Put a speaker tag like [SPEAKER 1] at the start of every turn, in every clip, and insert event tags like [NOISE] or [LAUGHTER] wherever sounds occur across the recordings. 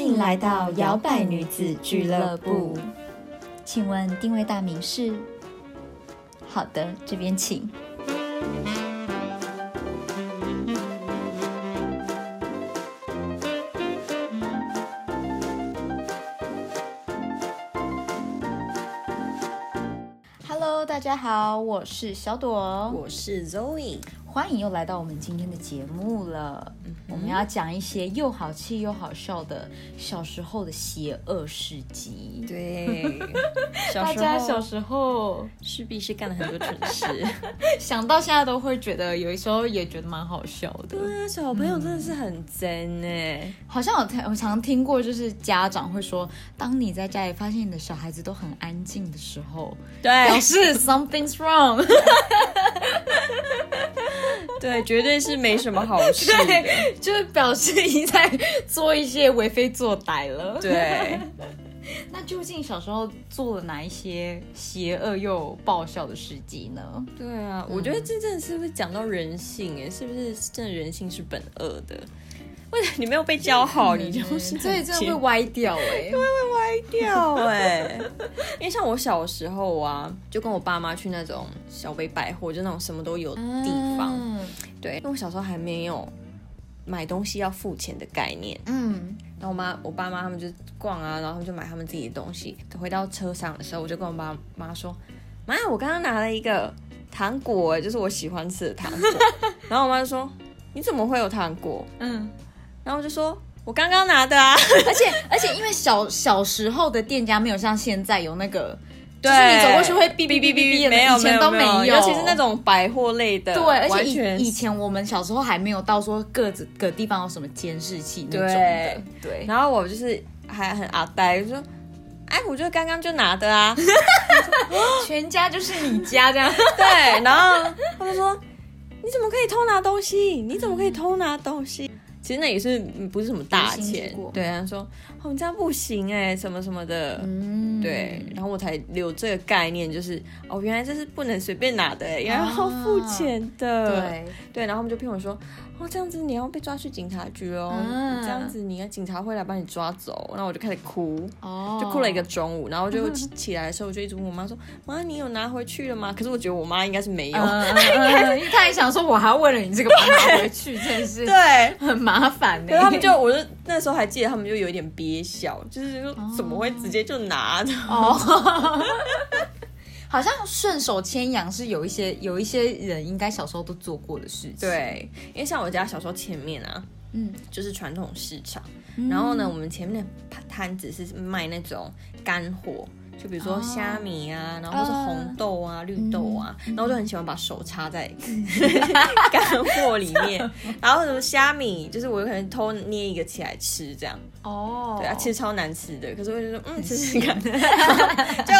[SPEAKER 1] 迎来到摇摆女子俱乐部。请问定位大名是？好的，这边请。Hello，大家好，我是小朵，
[SPEAKER 2] 我是 Zoe，
[SPEAKER 1] 欢迎又来到我们今天的节目了。我们要讲一些又好气又好笑的小时候的邪恶事迹。
[SPEAKER 2] 对， [LAUGHS] 小
[SPEAKER 1] 大
[SPEAKER 2] 时
[SPEAKER 1] 家小
[SPEAKER 2] 候
[SPEAKER 1] 时候
[SPEAKER 2] 势必是干了很多蠢事。
[SPEAKER 1] 想到现在都会觉得，有时候也觉得蛮好笑的。
[SPEAKER 2] [LAUGHS] 对啊，小朋友真的是很真哎，
[SPEAKER 1] 好像我常我常听过，就是家长会说，当你在家里发现你的小孩子都很安静的时候，表
[SPEAKER 2] 对
[SPEAKER 1] 示 something's wrong。
[SPEAKER 2] 对，绝对是没什么好 [LAUGHS] 事
[SPEAKER 1] [LAUGHS]
[SPEAKER 2] 的。
[SPEAKER 1] 对， [LAUGHS] 就是表示你在做一些为非作歹了。，
[SPEAKER 2] 对，
[SPEAKER 1] 那究竟小时候做了哪一些邪恶又爆笑的事迹呢？
[SPEAKER 2] 对啊，我觉得这真的是会讲到人性哎，是不是？真的人性是本恶的。为什么你没有被教好，你就是
[SPEAKER 1] 所以真的
[SPEAKER 2] 很贱
[SPEAKER 1] 会歪掉哎、
[SPEAKER 2] 掉 [LAUGHS] 哎、因为像我小时候啊，就跟我爸妈去那种小北百货，就那种什么都有的地方。
[SPEAKER 1] 嗯
[SPEAKER 2] 对，因为我小时候还没有买东西要付钱的概念，
[SPEAKER 1] 嗯，
[SPEAKER 2] 然后我妈、我爸妈他们就逛啊，然后他们就买他们自己的东西。回到车上的时候，我就跟我爸妈说：“妈，我刚刚拿了一个糖果、欸就是我喜欢吃的糖果。”然后我妈就说：“你怎么会有糖果
[SPEAKER 1] 嗯，？”
[SPEAKER 2] 然后我就说：“我刚刚拿的啊。”
[SPEAKER 1] 而且而且，因为小小时候的店家没有像现在有那个，[LAUGHS]
[SPEAKER 2] 对，
[SPEAKER 1] 就是你走过去会哔哔哔哔哔的
[SPEAKER 2] 没有，
[SPEAKER 1] 以前都
[SPEAKER 2] 没有
[SPEAKER 1] 没有
[SPEAKER 2] 尤其是那种百货类的，
[SPEAKER 1] 对，而且
[SPEAKER 2] 完全
[SPEAKER 1] 以以前我们小时候还没有到说各自各地方有什么监视器那种的
[SPEAKER 2] 对，
[SPEAKER 1] 对，
[SPEAKER 2] 然后我就是还很阿呆，就说。哎，我就刚刚就拿的啊，
[SPEAKER 1] 全家就是你家这样，
[SPEAKER 2] [LAUGHS] 对，然后他们说你怎么可以偷拿东西？你怎么可以偷拿东西？其实那也是嗯不是什么大
[SPEAKER 1] 没兴
[SPEAKER 2] 钱
[SPEAKER 1] 致过，
[SPEAKER 2] 对，他说哦你这样不行哎、什么什么的，
[SPEAKER 1] 嗯，
[SPEAKER 2] 对，然后我才有这个概念，就是哦，原来这是不能随便拿的、欸，原来要
[SPEAKER 1] 啊
[SPEAKER 2] 付钱的，
[SPEAKER 1] 对，
[SPEAKER 2] 对，然后他们就骗我说，哦，这样子你要被抓去警察局哦，
[SPEAKER 1] 啊
[SPEAKER 2] 这样子你要警察会来把你抓走。然后我就开始哭，
[SPEAKER 1] 哦，
[SPEAKER 2] 就哭了一个中午。然后就起起来的时候，我就一直问我妈说，妈，你有拿回去了吗？可是我觉得我妈应该是没有。
[SPEAKER 1] 嗯。
[SPEAKER 2] [LAUGHS]
[SPEAKER 1] 嗯嗯 [LAUGHS] 因为他也想说，我还要为了你这个把它拿回去，真的是
[SPEAKER 2] 对，
[SPEAKER 1] 很麻烦呢、
[SPEAKER 2] 可是他
[SPEAKER 1] [LAUGHS]
[SPEAKER 2] 们就，我就那时候还记得，他们就有一点憋笑，就是说怎么会直接就拿的？
[SPEAKER 1] 哦，好像顺手牵羊是有一些有一些人应该小时候都做过的事情。，
[SPEAKER 2] 对，因为像我家小时候前面啊，
[SPEAKER 1] 嗯，
[SPEAKER 2] 就是传统市场。然后呢，我们前面的摊子是卖那种干货，就比如说虾米啊，然后或是红豆啊、绿豆啊，然后我就很喜欢把手插在 [LAUGHS] 干货里面，然后什么虾米，就是我有可能偷捏一个起来吃这样，
[SPEAKER 1] 哦，
[SPEAKER 2] 对啊，其实超难吃的，可是我就说嗯，试试看， [LAUGHS] 就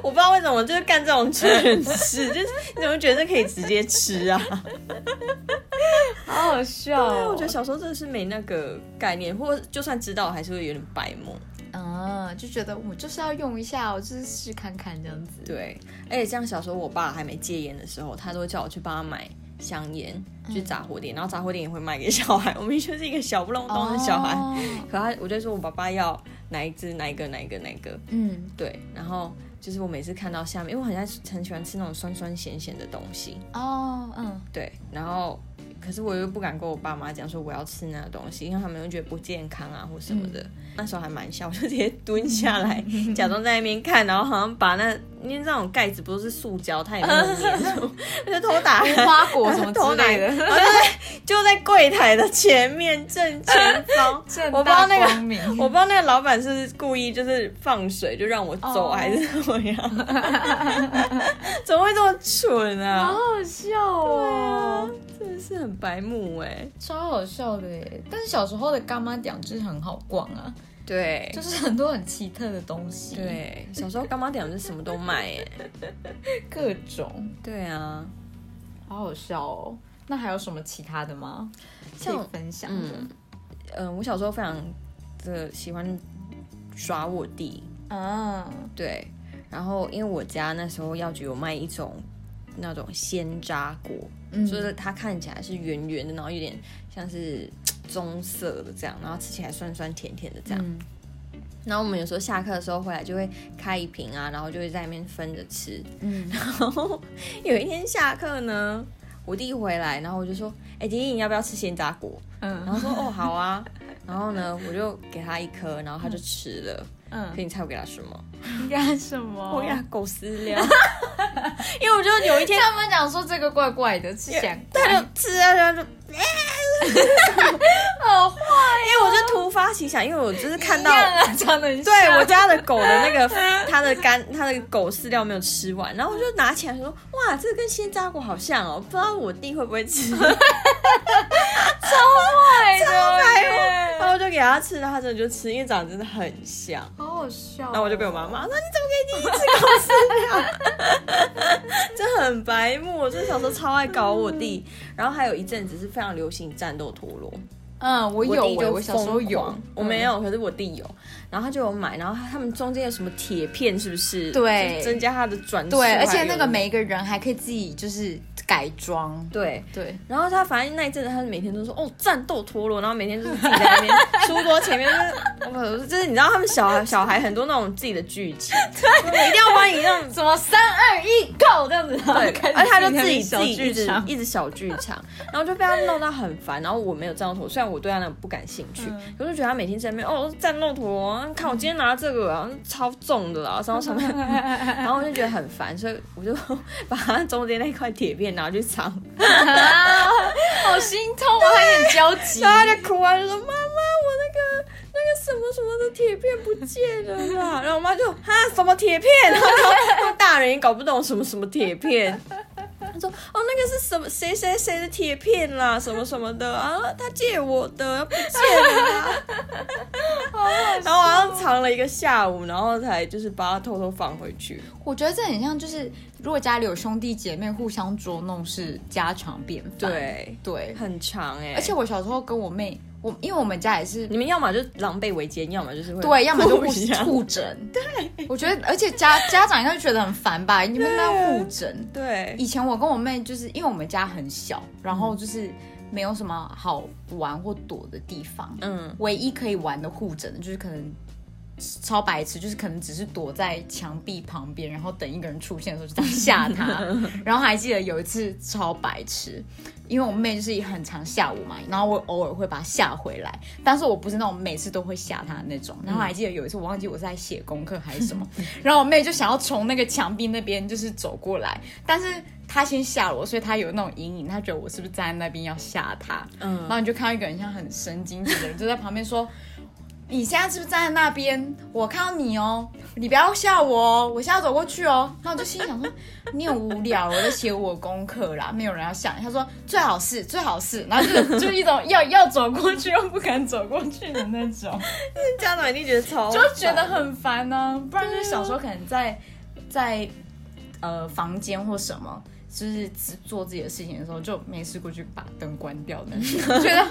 [SPEAKER 2] 我不知道为什么就是干这种蠢事，就是你怎么觉得可以直接吃啊？
[SPEAKER 1] 好好笑、
[SPEAKER 2] 对啊，我觉得小时候真的是没那个概念，或者就算知道，还是会有点白目。
[SPEAKER 1] 嗯，就觉得我就是要用一下，我就是试看看这样子。
[SPEAKER 2] 对，而且像小时候我爸还没戒烟的时候，他都会叫我去帮他买香烟，去杂货店，然后杂货店也会卖给小孩。 [LAUGHS] 我们就是一个小不隆咚的小孩，
[SPEAKER 1] 哦
[SPEAKER 2] 可他我就说我爸爸要哪一只，哪一个，哪一个，哪一个。
[SPEAKER 1] 嗯，
[SPEAKER 2] 对，然后就是我每次看到下面，因为我很像很喜欢吃那种酸酸咸咸的东西，
[SPEAKER 1] 哦，嗯，
[SPEAKER 2] [LAUGHS] 对，然后可是我又不敢跟我爸妈讲说我要吃那个东西，因为他们会觉得不健康啊或什么的。那时候还蛮小，我就直接蹲下来，假装在那边看，然后好像把那因为那种盖子不是塑胶，它也没有粘住，我就偷打开。
[SPEAKER 1] 花果什么之类的，
[SPEAKER 2] 然后就在就在柜台的前面正前
[SPEAKER 1] [LAUGHS]
[SPEAKER 2] 方
[SPEAKER 1] 正，
[SPEAKER 2] 我不知
[SPEAKER 1] 大
[SPEAKER 2] 道那个
[SPEAKER 1] 光明
[SPEAKER 2] 我不知道那个老板是故意就是放水就让我走、
[SPEAKER 1] 哦
[SPEAKER 2] 还是怎么样，怎么会这么蠢啊？
[SPEAKER 1] 好好笑哦，
[SPEAKER 2] 真的是很白目哎、
[SPEAKER 1] 超好笑的耶！但是小时候的干妈店就是很好逛啊，
[SPEAKER 2] 对
[SPEAKER 1] 就是很多很奇特的东西，，
[SPEAKER 2] 对，小时候干妈店就什么都卖哎、
[SPEAKER 1] 各种，
[SPEAKER 2] [LAUGHS] 对啊，
[SPEAKER 1] 好好笑哦。那还有什么其他的吗？可
[SPEAKER 2] 像
[SPEAKER 1] 以分享的？
[SPEAKER 2] 嗯嗯，我小时候非常的喜欢耍我弟，
[SPEAKER 1] 啊，
[SPEAKER 2] 对，然后因为我家那时候药局有卖一种那种鲜渣果，
[SPEAKER 1] 嗯
[SPEAKER 2] 就是它看起来是圆圆的，然后有点像是棕色的这样，然后吃起来酸酸甜甜的这样。
[SPEAKER 1] 嗯
[SPEAKER 2] 然后我们有时候下课的时候回来就会开一瓶啊，然后就会在那边分着吃。 [LAUGHS]
[SPEAKER 1] 嗯，
[SPEAKER 2] 然后有一天下课呢，我弟回来，然后我就说：“哎、迪弟，你要不要吃鲜榨果？”
[SPEAKER 1] 嗯
[SPEAKER 2] 然后说：“哦，好 [LAUGHS] 啊。”然后呢，我就给他一颗，然后他就吃了。可
[SPEAKER 1] 嗯，
[SPEAKER 2] 你猜我给他什么？
[SPEAKER 1] 应该什么？
[SPEAKER 2] 我给他狗饲料，哦 [LAUGHS] 因为我就有一天
[SPEAKER 1] 他们讲说这个怪怪的，吃起来
[SPEAKER 2] [LAUGHS] 他就吃啊，然后就，
[SPEAKER 1] 好坏，
[SPEAKER 2] 因为我就突发奇想，因为我就是看到
[SPEAKER 1] 一。哦样啊，长得很像
[SPEAKER 2] 对我家的狗的那 [LAUGHS] 个，它的干，它的狗饲料没有吃完，然后我就拿起来说，哇，这个跟鲜榨果好像哦，不知道我弟会不会 [LAUGHS] 吃，
[SPEAKER 1] 坏的耶
[SPEAKER 2] 然后我就给他吃，然后他真的就吃，因为长得真的很像。
[SPEAKER 1] 好好笑哦。
[SPEAKER 2] 然后我就被我妈骂说：“你怎么可以第一次搞 [LAUGHS] 饲料？”这很白目，我真的小时候超爱搞我弟。然后还有一阵子是非常流行战斗陀螺，
[SPEAKER 1] 嗯，我
[SPEAKER 2] 我
[SPEAKER 1] 有
[SPEAKER 2] 弟
[SPEAKER 1] 欸，
[SPEAKER 2] 就
[SPEAKER 1] 我小时候
[SPEAKER 2] 疯
[SPEAKER 1] 有
[SPEAKER 2] 狂，我没有，可是我弟有。然后他就有买，然后他们中间有什么铁片，是不是？
[SPEAKER 1] 对
[SPEAKER 2] 就增加他的转速
[SPEAKER 1] 对，
[SPEAKER 2] 还有
[SPEAKER 1] 而且那个每一个人还可以自己就是改装，
[SPEAKER 2] 对。
[SPEAKER 1] 对，
[SPEAKER 2] 然后他反正那一阵子，他每天都说哦战斗陀螺，然后每天就是自己在那边书桌前面就是，我就是你知道他们小孩小孩很多那种自己的剧情，对，一定要帮你那种
[SPEAKER 1] 什么三二一 go 这样子，
[SPEAKER 2] 对，而且他就自己自
[SPEAKER 1] 小
[SPEAKER 2] 己一
[SPEAKER 1] 剧
[SPEAKER 2] 直
[SPEAKER 1] 场，
[SPEAKER 2] 一直小剧场，然后就被他弄到很烦。然后我没有战斗陀，虽然我对他那个不感兴趣，
[SPEAKER 1] 嗯
[SPEAKER 2] 可是我就觉得他每天在那边哦战斗陀，看我今天拿这个啊，超重的 [LAUGHS] 啦，然后什么什么，然后我就觉得很烦，所以我就 [LAUGHS] 把他中间那块铁片拿去藏，
[SPEAKER 1] 啊， [LAUGHS] 好心痛，我还有点焦急
[SPEAKER 2] [LAUGHS] 然。后他就哭啊，就说妈妈，我那个那个什么什么的铁片不见了啦。 [LAUGHS] 然后我妈就哈什么铁片， [LAUGHS] 然后他们大人也搞不懂什么什么铁片。他说：“哦，那个是什么谁谁谁的铁片啦，什么什么的啊，他借我的，不见了啦。然后 [LAUGHS] 我好像藏了一个下午，然后才就是把它偷偷放回去。
[SPEAKER 1] 我觉得这很像，就是如果家里有兄弟姐妹互相捉弄是家常便饭。
[SPEAKER 2] 对，
[SPEAKER 1] 对，
[SPEAKER 2] 很长哎、
[SPEAKER 1] 而且我小时候跟我妹，我因为我们家也是
[SPEAKER 2] 你们要么就狼狈为奸，要么就是会
[SPEAKER 1] 对，要么就互
[SPEAKER 2] 互相
[SPEAKER 1] 互
[SPEAKER 2] [LAUGHS]
[SPEAKER 1] 整。对，我觉得，而且家家长应该就觉得很烦吧，你们在互整。
[SPEAKER 2] 对
[SPEAKER 1] 以前我跟我妹就是因为我们家很小，然后就是没有什么好玩或躲的地方，
[SPEAKER 2] 嗯
[SPEAKER 1] 唯一可以玩的互整就是可能。超白痴，就是可能只是躲在墙壁旁边，然后等一个人出现的时候就这样吓他。
[SPEAKER 2] [LAUGHS]
[SPEAKER 1] 然后还记得有一次超白痴，因为我妹就是很常吓我嘛，然后我偶尔会把她吓回来，但是我不是那种每次都会吓她的那种。然后还记得有一次我忘记我是在写功课还是什么，然后我妹就想要从那个墙壁那边就是走过来，但是她先吓了我，所以她有那种阴影，她觉得我是不是站在那边要吓她，
[SPEAKER 2] 嗯
[SPEAKER 1] 然，后你就看到一个人像很神经质的人就在旁边说：“你现在是不是站在那边？我看到你哦，你不要吓我哦，我现在走过去哦。”然后我就心里想说：“你很无聊，我在写我功课啦，没有人要吓你。”他说：“最好是最好是。”然后就就一种要要走过去又不敢走过去的那种，
[SPEAKER 2] 家长一定觉得超
[SPEAKER 1] 就
[SPEAKER 2] 烦，
[SPEAKER 1] 觉得很烦呢、不然就是小时候可能在在呃房间或什么。就是只做自己的事情的时候，就没事过去把灯关掉的， [LAUGHS] 觉得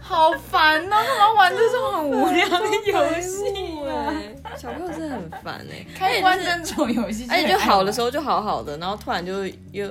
[SPEAKER 1] 好烦哦、干嘛玩这种很无聊的游戏啊？
[SPEAKER 2] 哎，小朋友真的很烦哎、
[SPEAKER 1] 开关灯这种游戏，
[SPEAKER 2] 而且就好的时
[SPEAKER 1] 候
[SPEAKER 2] 候就好好的，然后突然就又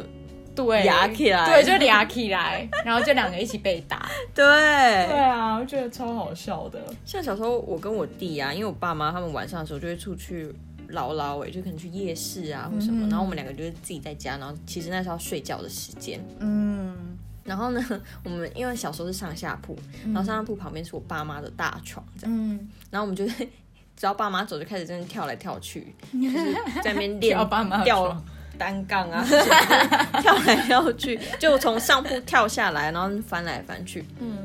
[SPEAKER 1] 对
[SPEAKER 2] 压起来
[SPEAKER 1] 对，就俩起 [LAUGHS] 来，然后就两个一起被打。欸
[SPEAKER 2] 对。
[SPEAKER 1] 啊，我觉得超好笑的。
[SPEAKER 2] 像小时候我跟我弟啊，因为我爸妈他们晚上的时候就会出去捞捞哎，就可能去夜市啊或什么，
[SPEAKER 1] 嗯
[SPEAKER 2] 然后我们两个就是自己在家，然后其实那是要睡觉的时间。
[SPEAKER 1] 嗯，
[SPEAKER 2] 然后呢， [LAUGHS] 我们因为小时候是上下铺，然后上下铺旁边是我爸妈的大床，这样，
[SPEAKER 1] 嗯，
[SPEAKER 2] 然后我们就 [LAUGHS] 会只要爸妈走就开始真的跳来跳
[SPEAKER 1] [LAUGHS]
[SPEAKER 2] 去，就是在那边练
[SPEAKER 1] 跳爸妈的
[SPEAKER 2] 吊
[SPEAKER 1] 床
[SPEAKER 2] 单杠啊， [LAUGHS] 跳来跳去，就从上铺跳下来，然后翻来翻去。
[SPEAKER 1] 嗯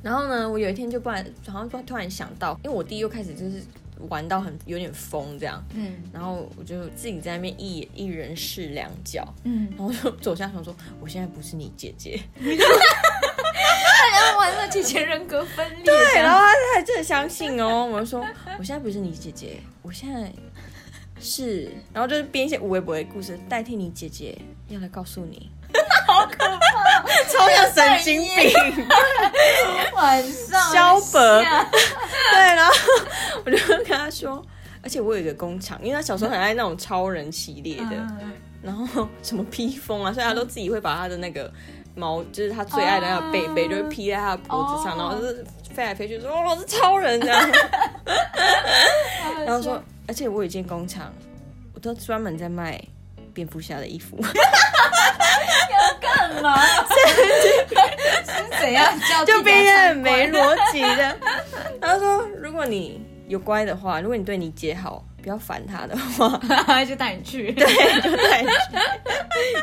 [SPEAKER 2] 然后呢，我有一天就不然好像突然想到，因为我弟又开始就是玩到很有点疯这样，
[SPEAKER 1] 嗯
[SPEAKER 2] 然后我就自己在那边一一人试两脚，
[SPEAKER 1] 嗯，
[SPEAKER 2] 然后就走下床说：“我现在不是你姐姐。”
[SPEAKER 1] 大家玩了姐姐人格分裂，
[SPEAKER 2] 对，然后他还真的相信哦。我就说，我现在不是你姐姐，我现在是，然后就是编一些无微不微的故事，代替你姐姐要来告诉你，好可怕，超像神经病。
[SPEAKER 1] 晚上
[SPEAKER 2] 肖伯
[SPEAKER 1] 吓
[SPEAKER 2] 对，然后我就跟他说，而且我有一个工厂，因为他小时候很爱那种超人系列的，
[SPEAKER 1] 嗯
[SPEAKER 2] 然后什么披风啊，所以他都自己会把他的那个。毛，就是他最爱的那个贝贝，
[SPEAKER 1] 哦
[SPEAKER 2] 就会披在他的脖子
[SPEAKER 1] 哦
[SPEAKER 2] 上，然后就是飞来飞去，说哦我是超人这样。然后说，而且我有一间工厂，我都专门在卖蝙蝠侠的衣 [LAUGHS] 服。
[SPEAKER 1] 干嘛？是怎样叫
[SPEAKER 2] 就
[SPEAKER 1] 别
[SPEAKER 2] 变得很
[SPEAKER 1] 人
[SPEAKER 2] 没逻辑的。 [LAUGHS] 他说，如果你有乖的话，如果你对你姐好，不要烦她的 [LAUGHS] 话，
[SPEAKER 1] 就带你去，
[SPEAKER 2] 对，就对。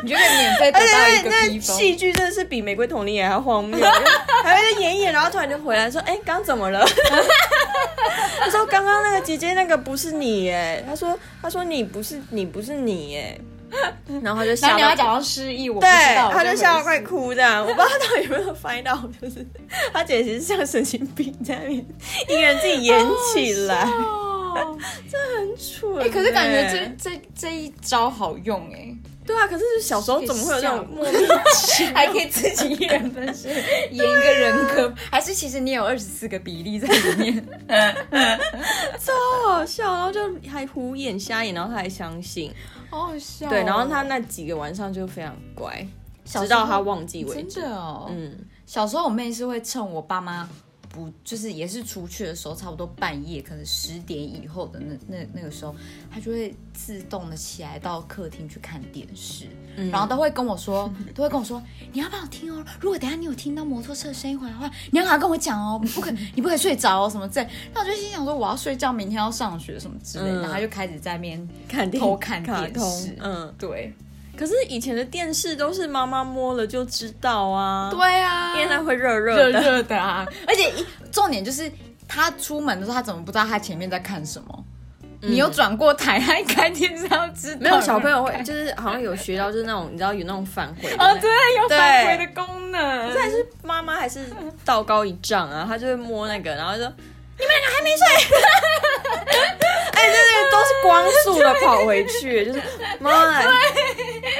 [SPEAKER 1] 你就可以免费得
[SPEAKER 2] 而
[SPEAKER 1] 到一
[SPEAKER 2] 且
[SPEAKER 1] 个
[SPEAKER 2] 那
[SPEAKER 1] 披
[SPEAKER 2] 那
[SPEAKER 1] 风。
[SPEAKER 2] 戏剧真的是比《玫瑰童林》还要荒谬，就 [LAUGHS] 还会在演一演，然后突然就回来说：“哎、刚怎么了？” [LAUGHS] 他说：“刚刚那个姐姐那个不是你耶。”他说：“他说你不是你不是你耶。”然后他就
[SPEAKER 1] 然后
[SPEAKER 2] 吓
[SPEAKER 1] 你要
[SPEAKER 2] 到
[SPEAKER 1] 假装失忆，我不
[SPEAKER 2] 对
[SPEAKER 1] 知道，，
[SPEAKER 2] 他
[SPEAKER 1] 我
[SPEAKER 2] 就
[SPEAKER 1] 回
[SPEAKER 2] 吓到
[SPEAKER 1] 事
[SPEAKER 2] 快哭这样。我不知道他到底有没有 find out，就是 [LAUGHS] 他姐其实像神经病在那边一个人自己演起
[SPEAKER 1] [LAUGHS]
[SPEAKER 2] 来，
[SPEAKER 1] 哦
[SPEAKER 2] 很蠢、
[SPEAKER 1] 哎、可是感觉这这这一招好用哎、
[SPEAKER 2] 对啊，可是就是小时候怎么会有这种莫名
[SPEAKER 1] [LAUGHS]
[SPEAKER 2] 其妙？
[SPEAKER 1] 还可以自己一人分饰演一个人格，还是其实你有二十四个比例在里面？
[SPEAKER 2] 超好笑，然后就还虎眼瞎眼，然后他还相信，
[SPEAKER 1] 好好笑哦、
[SPEAKER 2] 对，然后他那几个晚上就非常乖，
[SPEAKER 1] 小
[SPEAKER 2] 直
[SPEAKER 1] 时候
[SPEAKER 2] 到他忘记为
[SPEAKER 1] 真
[SPEAKER 2] 止。
[SPEAKER 1] 的哦，
[SPEAKER 2] 嗯，
[SPEAKER 1] 小时候我妹是会趁我爸妈不，就是也是出去的时候，差不多半夜，可能十点以后的那那那个时候，她就会自动的起来到客厅去看电视，
[SPEAKER 2] 嗯
[SPEAKER 1] 然后都会跟我说，都会跟我说，你要帮我听哦，如果等一下你有听到摩托车的声音回来的话，你要赶快跟我讲哦，你不可你不可以睡着哦什么之类。那我就心想说，我要睡觉，明天要上学什么之类的，
[SPEAKER 2] 嗯
[SPEAKER 1] 然后她就开始在那边
[SPEAKER 2] 看电
[SPEAKER 1] 偷看
[SPEAKER 2] 卡
[SPEAKER 1] 电
[SPEAKER 2] 通
[SPEAKER 1] 视，
[SPEAKER 2] 嗯，
[SPEAKER 1] 对
[SPEAKER 2] 可是以前的电视都是妈妈摸了就知道啊，
[SPEAKER 1] 对啊，
[SPEAKER 2] 因为它会热
[SPEAKER 1] 热
[SPEAKER 2] 热的。
[SPEAKER 1] 热的啊！而且一重点就是他出门的时候，他怎么不知道他前面在看什么？你有转过台，他一开电视他就知道。
[SPEAKER 2] 没有小朋友会，就是好像有学到，就是那种你知道有那种返回的那
[SPEAKER 1] 哦，
[SPEAKER 2] 种
[SPEAKER 1] 对，有
[SPEAKER 2] 对
[SPEAKER 1] 返回的功能。
[SPEAKER 2] 但是妈妈还是道高一丈啊，她就会摸那个，然后就说 [LAUGHS] 你们两个还没睡，哎、这那个都是光速的跑回去，就是妈，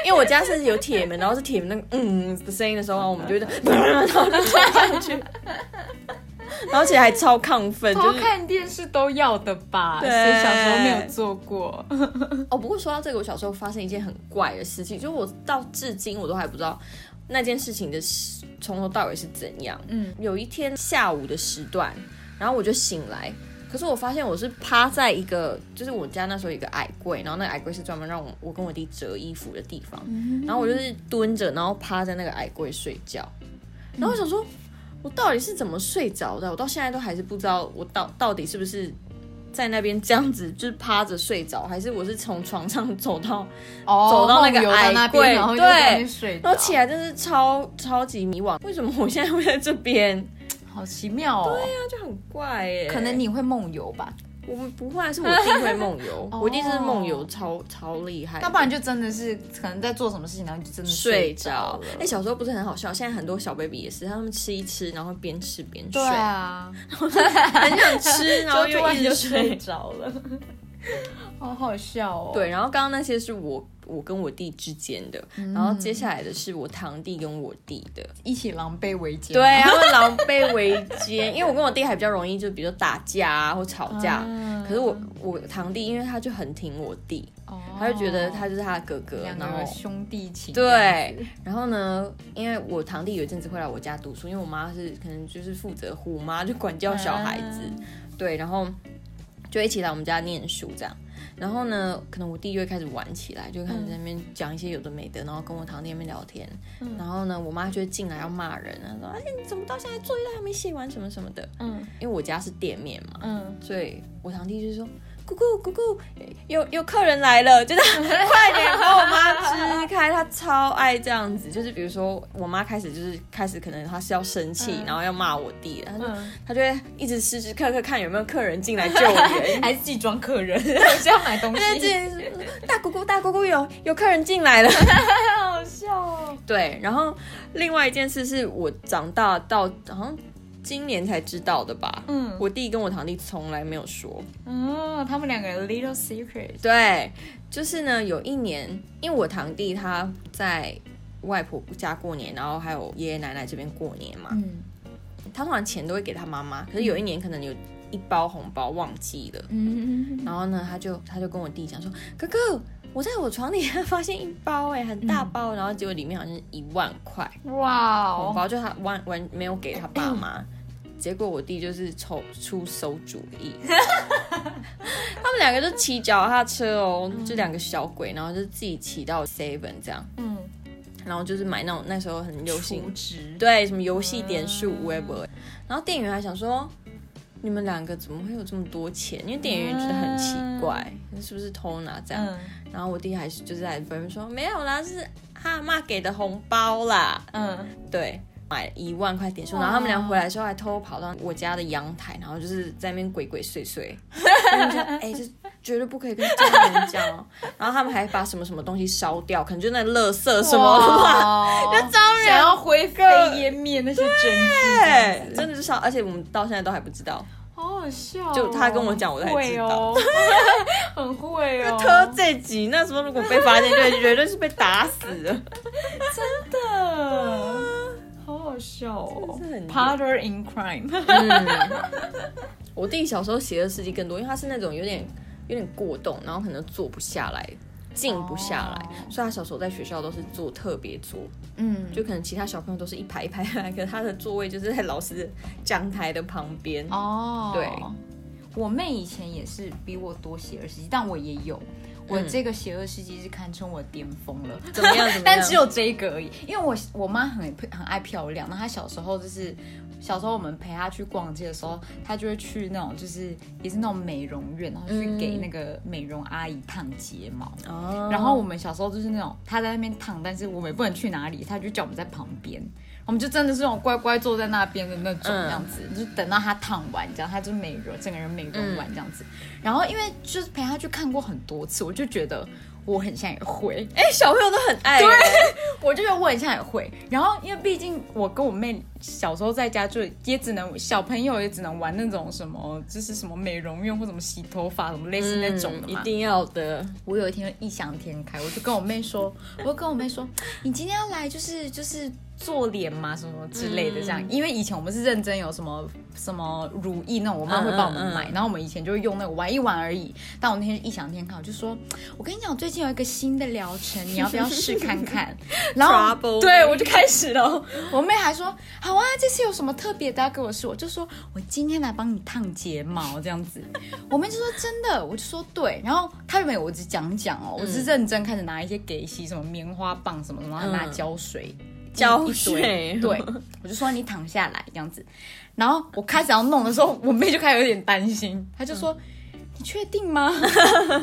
[SPEAKER 2] 因为我家是有铁门，然后是铁门那个嗯的声音的时候，然后我们就会这样然后就冲上去，然后而且还超亢奋，
[SPEAKER 1] 偷
[SPEAKER 2] 就是
[SPEAKER 1] 看电视都要的吧？
[SPEAKER 2] 对
[SPEAKER 1] 谁小时候没有做过？
[SPEAKER 2] 哦，不过说到这个，我小时候发生一件很怪的事情，就是我到至今我都还不知道那件事情的始从头到尾是怎样。嗯，有一天下午的时段，然后我就醒来，可是我发现我是趴在一个，就是我家那时候有一个矮柜，然后那个矮柜是专门让我我跟我弟折衣服的地方，然后我就是蹲着，然后趴在那个矮柜睡觉，然后我想说。我到底是怎么睡着的？我到现在都还是不知道，我到到底是不是在那边这样子，就是趴着睡着，还是我是从床上走到，
[SPEAKER 1] 哦
[SPEAKER 2] 走到那个
[SPEAKER 1] 梦游到那
[SPEAKER 2] 矮柜
[SPEAKER 1] 边，然后就在那边
[SPEAKER 2] 对
[SPEAKER 1] 睡着， [LAUGHS]
[SPEAKER 2] 然后起来真是超超级迷惘。为什么我现在会在这边？
[SPEAKER 1] 好奇妙哦。
[SPEAKER 2] 那就很怪耶、
[SPEAKER 1] 可能你会梦游吧，，
[SPEAKER 2] 我们不会，啊是我弟会梦游
[SPEAKER 1] [LAUGHS] 哦
[SPEAKER 2] 我弟是梦游超超厉害的。
[SPEAKER 1] 要不然就真的是可能在做什么事情，然后就真的
[SPEAKER 2] 睡
[SPEAKER 1] 着
[SPEAKER 2] 着
[SPEAKER 1] 了。。
[SPEAKER 2] 哎、小时候不是很好笑，现在很多小 baby 也是，他们吃一吃，然后边吃边睡，
[SPEAKER 1] 对啊，
[SPEAKER 2] 很
[SPEAKER 1] [LAUGHS]
[SPEAKER 2] 想吃，然后
[SPEAKER 1] 就突
[SPEAKER 2] 又
[SPEAKER 1] 然
[SPEAKER 2] 一
[SPEAKER 1] 就
[SPEAKER 2] 直
[SPEAKER 1] 睡
[SPEAKER 2] 睡。
[SPEAKER 1] 着了，好好笑 [LAUGHS] 哦。
[SPEAKER 2] 对，然后刚刚那些是我我跟我弟之间的，然后
[SPEAKER 1] 嗯
[SPEAKER 2] 接下来的是我堂弟跟我弟的，
[SPEAKER 1] 一起狼狈为奸。
[SPEAKER 2] 对，他们狼狈为奸，因为我跟我弟还比较容易，就比如说打架啊或吵架。
[SPEAKER 1] 啊
[SPEAKER 2] 可是我我堂弟，因为他就很挺我弟，
[SPEAKER 1] 哦，
[SPEAKER 2] 他就觉得他就是他的哥哥，
[SPEAKER 1] 两
[SPEAKER 2] 然
[SPEAKER 1] 个
[SPEAKER 2] 后
[SPEAKER 1] 兄弟情。
[SPEAKER 2] 对，然后呢，因为我堂弟有一阵子会来我家读书，因为我妈是可能就是负责虎妈，就管教小孩子，
[SPEAKER 1] 啊
[SPEAKER 2] 对，然后就一起来我们家念书这样。然后呢，可能我弟就会开始玩起来，就开始在那边讲一些有的没的，然后跟我堂弟那边聊天。然后呢，我妈就会进来要骂人，她说：“哎，你怎么到现在作业都还没写完，什么什么的。
[SPEAKER 1] 嗯”
[SPEAKER 2] 因为我家是店面嘛，
[SPEAKER 1] 嗯，
[SPEAKER 2] 所以我堂弟就说：“姑姑，姑姑，有有客人来了，就是快点帮我妈支开。”他超爱这样子，就是比如说我妈开始就是开始可能她是要生气，然后要骂我弟了，他就、
[SPEAKER 1] 嗯
[SPEAKER 2] 他就会一直时时刻刻看有没有客人进来救 [LAUGHS] 援。
[SPEAKER 1] 还是自己装客 [LAUGHS] 人，我是要嗯买东
[SPEAKER 2] [LAUGHS] 对
[SPEAKER 1] 西，
[SPEAKER 2] 对，大姑姑，大姑姑有有客人进来了。
[SPEAKER 1] 好笑哦。
[SPEAKER 2] [LAUGHS] 对，然后另外一件事是我长大到好像今年才知道的吧。
[SPEAKER 1] 嗯
[SPEAKER 2] 我弟跟我堂弟从来没有说。
[SPEAKER 1] 嗯，他们两个 little secret。
[SPEAKER 2] 对，就是呢，有一年，因为我堂弟他在外婆家过年，然后还有爷爷奶奶这边过年嘛，
[SPEAKER 1] 嗯
[SPEAKER 2] 他通常钱都会给他妈妈，可是有一年可能有一包红包忘记了，
[SPEAKER 1] 嗯，
[SPEAKER 2] 然后呢，他就他就跟我弟讲说，哥哥，我在我床底下 [LAUGHS] 发现一包哎、很大包，然后结果里面好像是一万块
[SPEAKER 1] 哇
[SPEAKER 2] 红
[SPEAKER 1] 哦，
[SPEAKER 2] 包，就他完完没有给他爸妈。结果我弟就是抽出馊主意，他们两个就骑脚踏车哦，就两个小鬼，然后就自己骑到 Seven 这样，
[SPEAKER 1] 嗯，
[SPEAKER 2] 然后就是买那种那时候很流行
[SPEAKER 1] 储值，
[SPEAKER 2] 对，什么游戏点数 whatever。然后店员还想说，你们两个怎么会有这么多钱？因为店员觉得很奇怪，你是不是偷拿这样？
[SPEAKER 1] 嗯
[SPEAKER 2] 然后我弟还是就是在旁边说没有啦，是阿妈给的红包啦。
[SPEAKER 1] 嗯，
[SPEAKER 2] 对，买一万块点数，然后他们俩回来的时候还偷偷跑到我家的阳台，然后就是在那边鬼鬼祟祟，他们就哎、这绝对不可以跟家人讲
[SPEAKER 1] [LAUGHS]
[SPEAKER 2] 哦。然后他们还把什么什么东西烧掉，可能就那垃圾什么的吧。
[SPEAKER 1] 哇，那
[SPEAKER 2] 当
[SPEAKER 1] 想要灰飞烟灭那些
[SPEAKER 2] [LAUGHS] 对
[SPEAKER 1] 证据，，
[SPEAKER 2] 真的是烧，而且我们到现在都还不知道。
[SPEAKER 1] 好好笑哦。
[SPEAKER 2] 就他跟我讲我才知道
[SPEAKER 1] 会哦， [LAUGHS] 很会哦，
[SPEAKER 2] 他这集那时候如果被发现，就绝对是被打死的。
[SPEAKER 1] 好好笑哦
[SPEAKER 2] 真的很
[SPEAKER 1] ，Partner in crime，
[SPEAKER 2] 嗯 [LAUGHS] 我弟小时候邪恶事迹更多，因为他是那种有点有点过动，然后可能坐不下来。静不下来
[SPEAKER 1] 哦
[SPEAKER 2] 所以他小时候在学校都是坐特别桌，
[SPEAKER 1] 嗯，
[SPEAKER 2] 就可能其他小朋友都是一排一排来，可是他的座位就是在老师讲台的旁边。
[SPEAKER 1] [LAUGHS] 哦，
[SPEAKER 2] 对，
[SPEAKER 1] 我妹以前也是比我多邪恶事迹，但我也有。我
[SPEAKER 2] 嗯
[SPEAKER 1] 这个邪恶事迹是堪称我巅峰了，
[SPEAKER 2] [LAUGHS] 怎么样？怎么样？
[SPEAKER 1] 但只有这一个而已。因为我我妈很很爱漂亮，那她小时候就是小时候我们陪她去逛街的时候，她就会去那种就是也是那种美容院，然后去给那个美容阿姨烫睫毛。
[SPEAKER 2] 嗯哦，
[SPEAKER 1] 然后我们小时候就是那种她在那边烫，但是我们也不能去哪里，她就叫我们在旁边。我们就真的是那种乖乖坐在那边的那种
[SPEAKER 2] 嗯
[SPEAKER 1] 这样子，就等到她烫完，这样她就美容，整个人美容完这样子。然后因为就是陪她去看过很多次，我就觉得我很像也会，
[SPEAKER 2] 哎、小朋友都很爱、对，
[SPEAKER 1] 我就觉得我很像也会。然后因为毕竟我跟我妹小时候在家就也只能小朋友也只能玩那种什么，就是什么美容院或什么洗头发什么类似那种的嘛。
[SPEAKER 2] 嗯一定要的。
[SPEAKER 1] 我有一天就异想天开，我就跟我妹说，我就跟我妹说，你今天要来就是就是做脸嘛，什么什么之类的这样，因为以前我们是认真有什么什么乳液那种，我妈会帮我们买，然后我们以前就会用那个玩一玩而已。但我那天异想天开，我就说，我跟你讲，我最近有一个新的疗程，你要不要试看看？然后
[SPEAKER 2] Trouble
[SPEAKER 1] 对我就开始了， [LAUGHS] 我妹还说，好啊，这次有什么特别的要给我试？我就说我今天来帮你烫睫毛这样子。我妹就说真的，我就说对，然后她认为我只讲讲哦，我是认真开始拿一些给洗什么棉花棒什么什么，然后拿
[SPEAKER 2] 嗯
[SPEAKER 1] 胶水。一
[SPEAKER 2] 胶
[SPEAKER 1] 一堆
[SPEAKER 2] 水 [LAUGHS]
[SPEAKER 1] 对，我就说你躺下来这样子，然后我开始要弄的时候，我妹就开始有点担心，她就
[SPEAKER 2] 嗯
[SPEAKER 1] 说：“你确定
[SPEAKER 2] [LAUGHS]
[SPEAKER 1] 吗？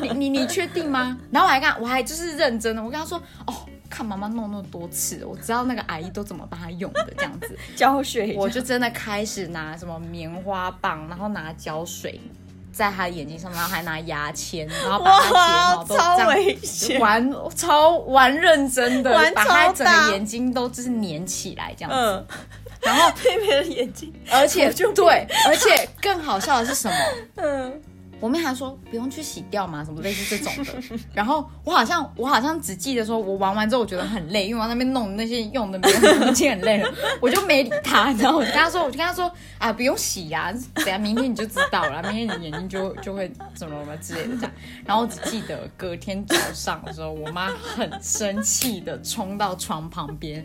[SPEAKER 1] 你你你确定吗？”然后我还跟她我还就是认真的，我跟她说：“哦，看妈妈弄那么多次，我知道那个阿姨都怎么帮她用的这样
[SPEAKER 2] [LAUGHS]
[SPEAKER 1] 子。”
[SPEAKER 2] 教学
[SPEAKER 1] 我就真的开始拿什么棉花棒，然后拿胶水在他眼睛上面，然后还拿牙签，然后把他睫毛都
[SPEAKER 2] 哇超危
[SPEAKER 1] 这
[SPEAKER 2] 险
[SPEAKER 1] 样玩超玩认真的
[SPEAKER 2] 玩，
[SPEAKER 1] 把他
[SPEAKER 2] 超
[SPEAKER 1] 整
[SPEAKER 2] 大
[SPEAKER 1] 个眼睛都就是粘起来这样子。
[SPEAKER 2] 嗯，
[SPEAKER 1] 然
[SPEAKER 2] [LAUGHS]
[SPEAKER 1] 后，
[SPEAKER 2] 对面的眼睛，
[SPEAKER 1] 而且
[SPEAKER 2] 我就
[SPEAKER 1] 对，而且更好笑的是什么？
[SPEAKER 2] 嗯，
[SPEAKER 1] 我妹还说不用去洗掉嘛，什么类似这种的。 [LAUGHS] 然后我好像我好像只记得说，我玩完之后我觉得很累，因为我在那边弄那些用的没有已 [LAUGHS] 经很累了，我就没理她。然后我就跟她说，我就跟她说啊，不用洗呀、等下明天你就知道了，明天你眼睛就就会怎么了嘛之类的这样。然后我只记得隔天早上的时候，我妈很生气的冲到床旁边，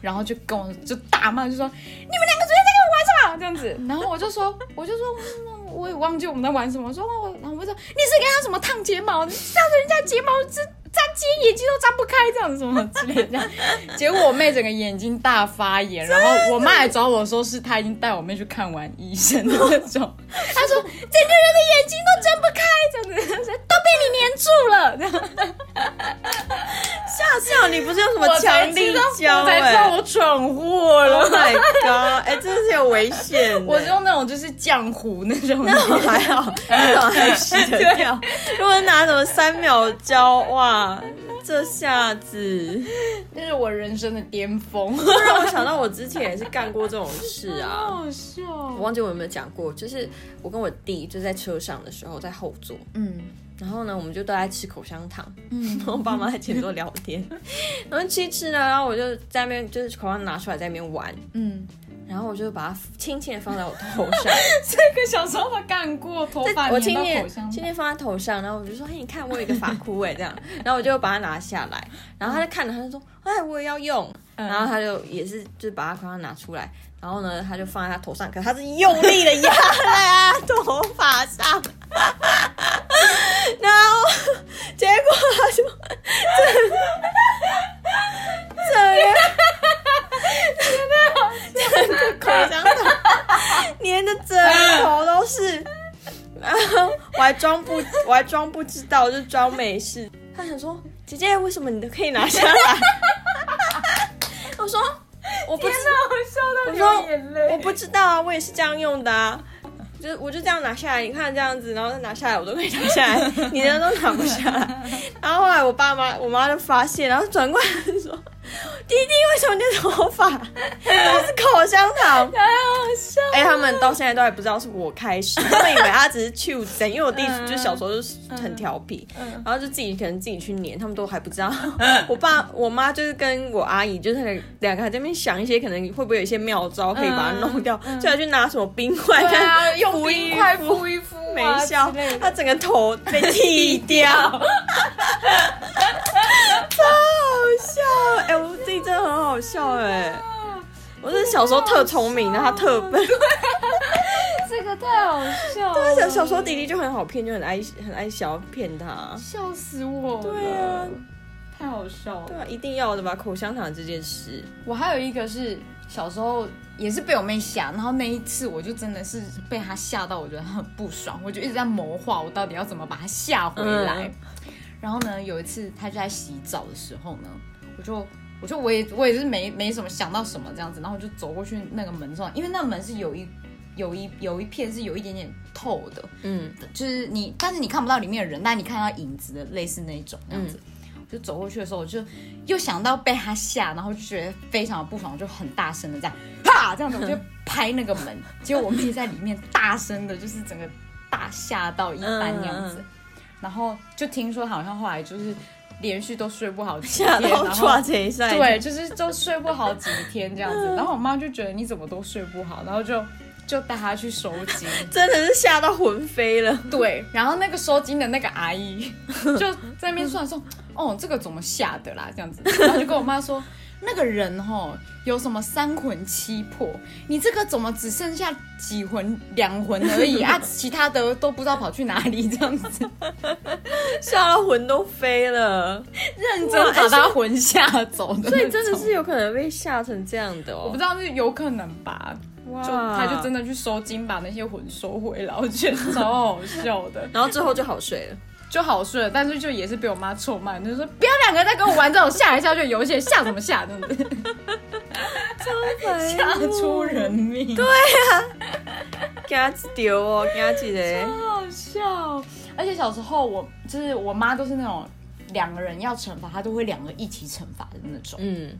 [SPEAKER 1] 然后就跟我就大骂，就说你们两个昨天在跟我玩什么？这样子， [LAUGHS] 然后我就说，我就说，嗯我也忘记我们在玩什么。我说，哦，然后我就说你是给他什么烫睫毛？你这样子人家睫毛这扎尖，眼睛都张不开，这样子什么之类的。 [LAUGHS] 这样结果我妹整个眼睛大发炎， [LAUGHS] 然后我妈来找我说，是她已经带我妹去看完医生的那种。 [LAUGHS] 她说，整个人的眼睛都睁不开，这样子都被你粘住了。这样
[SPEAKER 2] 下次啊你不是用什
[SPEAKER 1] [LAUGHS]
[SPEAKER 2] 么
[SPEAKER 1] 我才
[SPEAKER 2] 强力
[SPEAKER 1] 知道
[SPEAKER 2] 胶、
[SPEAKER 1] 我才知道
[SPEAKER 2] 哎
[SPEAKER 1] 我闯祸了。
[SPEAKER 2] ，Oh my god，哎、真的是有危险、哎
[SPEAKER 1] 我是用那种就是浆糊那种的，
[SPEAKER 2] 那种还好，那种还洗得 [LAUGHS] 掉。如果拿什么三秒胶，哇，这下子
[SPEAKER 1] [LAUGHS] 那是我人生的巅峰。
[SPEAKER 2] 这让我想到我之前也是干过这种事啊。
[SPEAKER 1] 好笑。哦
[SPEAKER 2] 我忘记我有没有讲过，就是我跟我弟就在车上的时候，在后座，
[SPEAKER 1] 嗯
[SPEAKER 2] 然后呢，我们就都在吃口香糖，
[SPEAKER 1] 嗯
[SPEAKER 2] 然后我爸妈在前座 [LAUGHS] 聊天，然后吃一吃呢，然后我就在那边就是口香糖拿出来在那边玩，
[SPEAKER 1] 嗯，
[SPEAKER 2] 然后我就把它轻轻的放在我头
[SPEAKER 1] [LAUGHS]
[SPEAKER 2] 上，
[SPEAKER 1] 跟小时候的干过，头发
[SPEAKER 2] 我
[SPEAKER 1] 粘
[SPEAKER 2] 轻
[SPEAKER 1] 到
[SPEAKER 2] 轻
[SPEAKER 1] 口香
[SPEAKER 2] 轻
[SPEAKER 1] 糖。
[SPEAKER 2] 轻放在头上，然后我就说：“哎嘿，你看我有一个发箍哎，这样。”然后我就把它拿下来，然后他就看了，他就说：“哎，我也要用。”然后
[SPEAKER 1] 啊
[SPEAKER 2] 他就也是就把它快要拿出来，然后呢，他就放在他头上，可是他是用力的压在他头发上，然后结果他就整整个整个口香糖粘的整个头都是。然后我还装不，我还装不知道，就装没事。他想说：“姐姐，为什么你都可以拿下来？”我说：“我不知道。”
[SPEAKER 1] 我
[SPEAKER 2] 我
[SPEAKER 1] 笑
[SPEAKER 2] 说
[SPEAKER 1] 到流眼
[SPEAKER 2] 我
[SPEAKER 1] 泪。
[SPEAKER 2] 不知道啊，我也是这样用的啊，就是我就这样拿下来，你看这样子，然后再拿下来，我都可以拿下来，你的都拿不下来。然后后来我爸妈，我妈就发现，然后转过来说：“弟弟，为什么你的头发都是口香糖
[SPEAKER 1] 太好笑？”
[SPEAKER 2] 哎、他们到现在都还不知道是我开始，他们以为他只是去整，因为我弟
[SPEAKER 1] 嗯
[SPEAKER 2] 就小时候就是很调皮，
[SPEAKER 1] 嗯
[SPEAKER 2] 然后就自己可能自己去粘，他们都还不知道。我爸我妈就是跟我阿姨，就是两个还在那边想一些可能会不会有一些妙招可以把它弄掉，就还去拿什么冰块
[SPEAKER 1] 嗯对啊，
[SPEAKER 2] 跟
[SPEAKER 1] 用
[SPEAKER 2] 敷
[SPEAKER 1] 冰
[SPEAKER 2] 一
[SPEAKER 1] 块
[SPEAKER 2] 敷
[SPEAKER 1] 敷一敷啊
[SPEAKER 2] 没效
[SPEAKER 1] 之类，的
[SPEAKER 2] 他整个头被剃掉，超好笑！哎、我自己真的很好笑哎、我是小时候特聪明，然后他特笨。
[SPEAKER 1] 这个太好笑了。
[SPEAKER 2] 小小时候弟弟就很好骗，就很爱很爱想要骗他。
[SPEAKER 1] 笑死我了。
[SPEAKER 2] 对啊，
[SPEAKER 1] 太好笑
[SPEAKER 2] 对
[SPEAKER 1] 了。
[SPEAKER 2] 啊，一定要的吧？口香糖这件事，
[SPEAKER 1] 我还有一个是小时候也是被我妹吓，然后那一次我就真的是被她吓到，我觉得很不爽，我就一直在谋划我到底要怎么把她吓回来。
[SPEAKER 2] 嗯
[SPEAKER 1] 然后呢，有一次她就在洗澡的时候呢，我就。我就我也我也是没没什么想到什么这样子，然后我就走过去那个门上，因为那个门是有一有一有一片是有一点点透的，
[SPEAKER 2] 嗯
[SPEAKER 1] 就是你，但是你看不到里面的人，但你看到影子的类似那一种那样
[SPEAKER 2] 嗯
[SPEAKER 1] 子。我就走过去的时候，我就又想到被他吓，然后就觉得非常的不爽，我就很大声的这样哈这样子，我就拍那个
[SPEAKER 2] [LAUGHS]
[SPEAKER 1] 门，结果我妹在里面大声的，就是整个大吓到一般那样子。
[SPEAKER 2] 嗯嗯
[SPEAKER 1] 然后就听说好像后来就是连续都睡不好几
[SPEAKER 2] 吓
[SPEAKER 1] 天，
[SPEAKER 2] 到
[SPEAKER 1] 然后
[SPEAKER 2] 抓贼赛。
[SPEAKER 1] 对，就是都睡不好几天这样
[SPEAKER 2] [LAUGHS]
[SPEAKER 1] 子。然后我妈就觉得你怎么都睡不好，然后就就带她去收金。
[SPEAKER 2] 真的是吓到魂飞了。 [LAUGHS]
[SPEAKER 1] 对，然后那个收金的那个阿姨就在那边算说，哦，这个怎么下的啦？这样子，然后就跟我妈说，那个人吼有什么三魂七魄，你这个怎么只剩下几魂两魂而已
[SPEAKER 2] [LAUGHS]
[SPEAKER 1] 啊？其他的都不知道跑去哪里，这样子，
[SPEAKER 2] 吓到魂都
[SPEAKER 1] [LAUGHS]
[SPEAKER 2] 飞了，
[SPEAKER 1] 认真把他魂吓走的。
[SPEAKER 2] 所以真的，是有可能被吓成这样的
[SPEAKER 1] 我不
[SPEAKER 2] 哦
[SPEAKER 1] 知。道是有可能吧。
[SPEAKER 2] 哇
[SPEAKER 1] 就他就真的去收金，把那些魂收回来，我觉得超好笑的。
[SPEAKER 2] 然后之后就好睡了。
[SPEAKER 1] 就好睡了，但是就也是被我妈臭骂，就是说不要两个人在跟我玩这种吓来吓去的游戏，吓什么吓，真
[SPEAKER 2] [LAUGHS]
[SPEAKER 1] 的是吓出人命，对，
[SPEAKER 2] 给他丢
[SPEAKER 1] [LAUGHS]
[SPEAKER 2] 哦，给他记得。
[SPEAKER 1] 好笑。而且小时候我就是我妈都是那种两个人要惩罚，她都会两个一起惩罚的那种。
[SPEAKER 2] 嗯，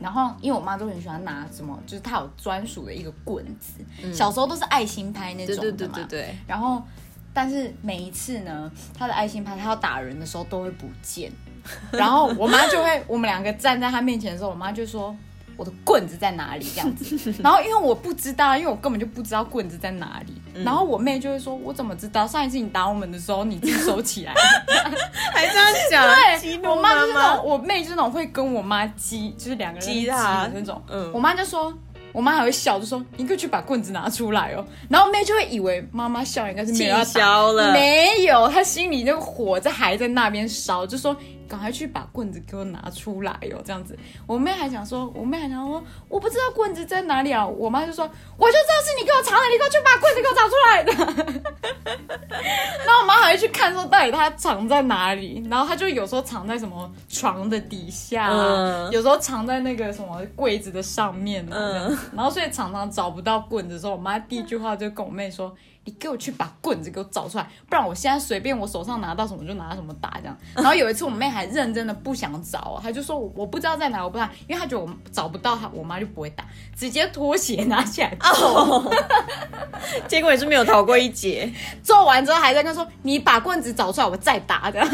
[SPEAKER 1] 然后因为我妈都很喜欢拿什么，就是她有专属的一个棍子，小时候都是爱心拍那
[SPEAKER 2] 对
[SPEAKER 1] 种的
[SPEAKER 2] 嗯对
[SPEAKER 1] 嘛。
[SPEAKER 2] 对对对，
[SPEAKER 1] 然后，但是每一次呢，他的爱心牌他要打人的时候都会不见，然后我妈就会，我们两个站在他面前的时候，我妈就说。我的棍子在哪里？这样子，然后因为我不知道，因为我根本就不知道棍子在哪里。然后我妹就会说：“我怎么知道？上一次你打我们的时候，你自己收起来。
[SPEAKER 2] 还这样讲，
[SPEAKER 1] 对，
[SPEAKER 2] 激怒
[SPEAKER 1] 我妈就是那
[SPEAKER 2] 妈
[SPEAKER 1] 种，。我妹就是那种会跟我妈激，就是两个人
[SPEAKER 2] 激
[SPEAKER 1] 激
[SPEAKER 2] 她
[SPEAKER 1] 的那种。
[SPEAKER 2] 嗯
[SPEAKER 1] 我妈就说，我妈还会笑，就说你可以去把棍子拿出来哦。然后我妹就会以为妈妈笑应该是没有要打
[SPEAKER 2] 气消了
[SPEAKER 1] 没有，她心里那个火在还在那边烧，就说赶快去把棍子给我拿出来哦，这样子。我妹还想说，我妹还想说，我不知道棍子在哪里啊。我妈就说，我就知道是你给我藏的，你给我去把棍子给我找出来的。然后我妈还会去看说到底它藏在哪里，然后它就有时候藏在什么床的底下、啊，
[SPEAKER 2] 嗯
[SPEAKER 1] 有时候藏在那个什么柜子的上面啊，
[SPEAKER 2] 嗯
[SPEAKER 1] 这样子然后所以常常找不到棍子的时候，我妈第一句话就跟我妹说：“你给我去把棍子给我找出来，不然我现在随便我手上拿到什么就拿什么打这样。”然后有一次我妹还认真的不想找啊，她就说我：“我不知道在哪，我不知道，因为她觉得
[SPEAKER 2] 哦
[SPEAKER 1] 我找不到她，我妈就不会打，直接拖鞋拿起来揍。
[SPEAKER 2] 结果也是没有逃过一劫。
[SPEAKER 1] 做完之后还在跟他说：“你把棍子找出来，我再打。”这样，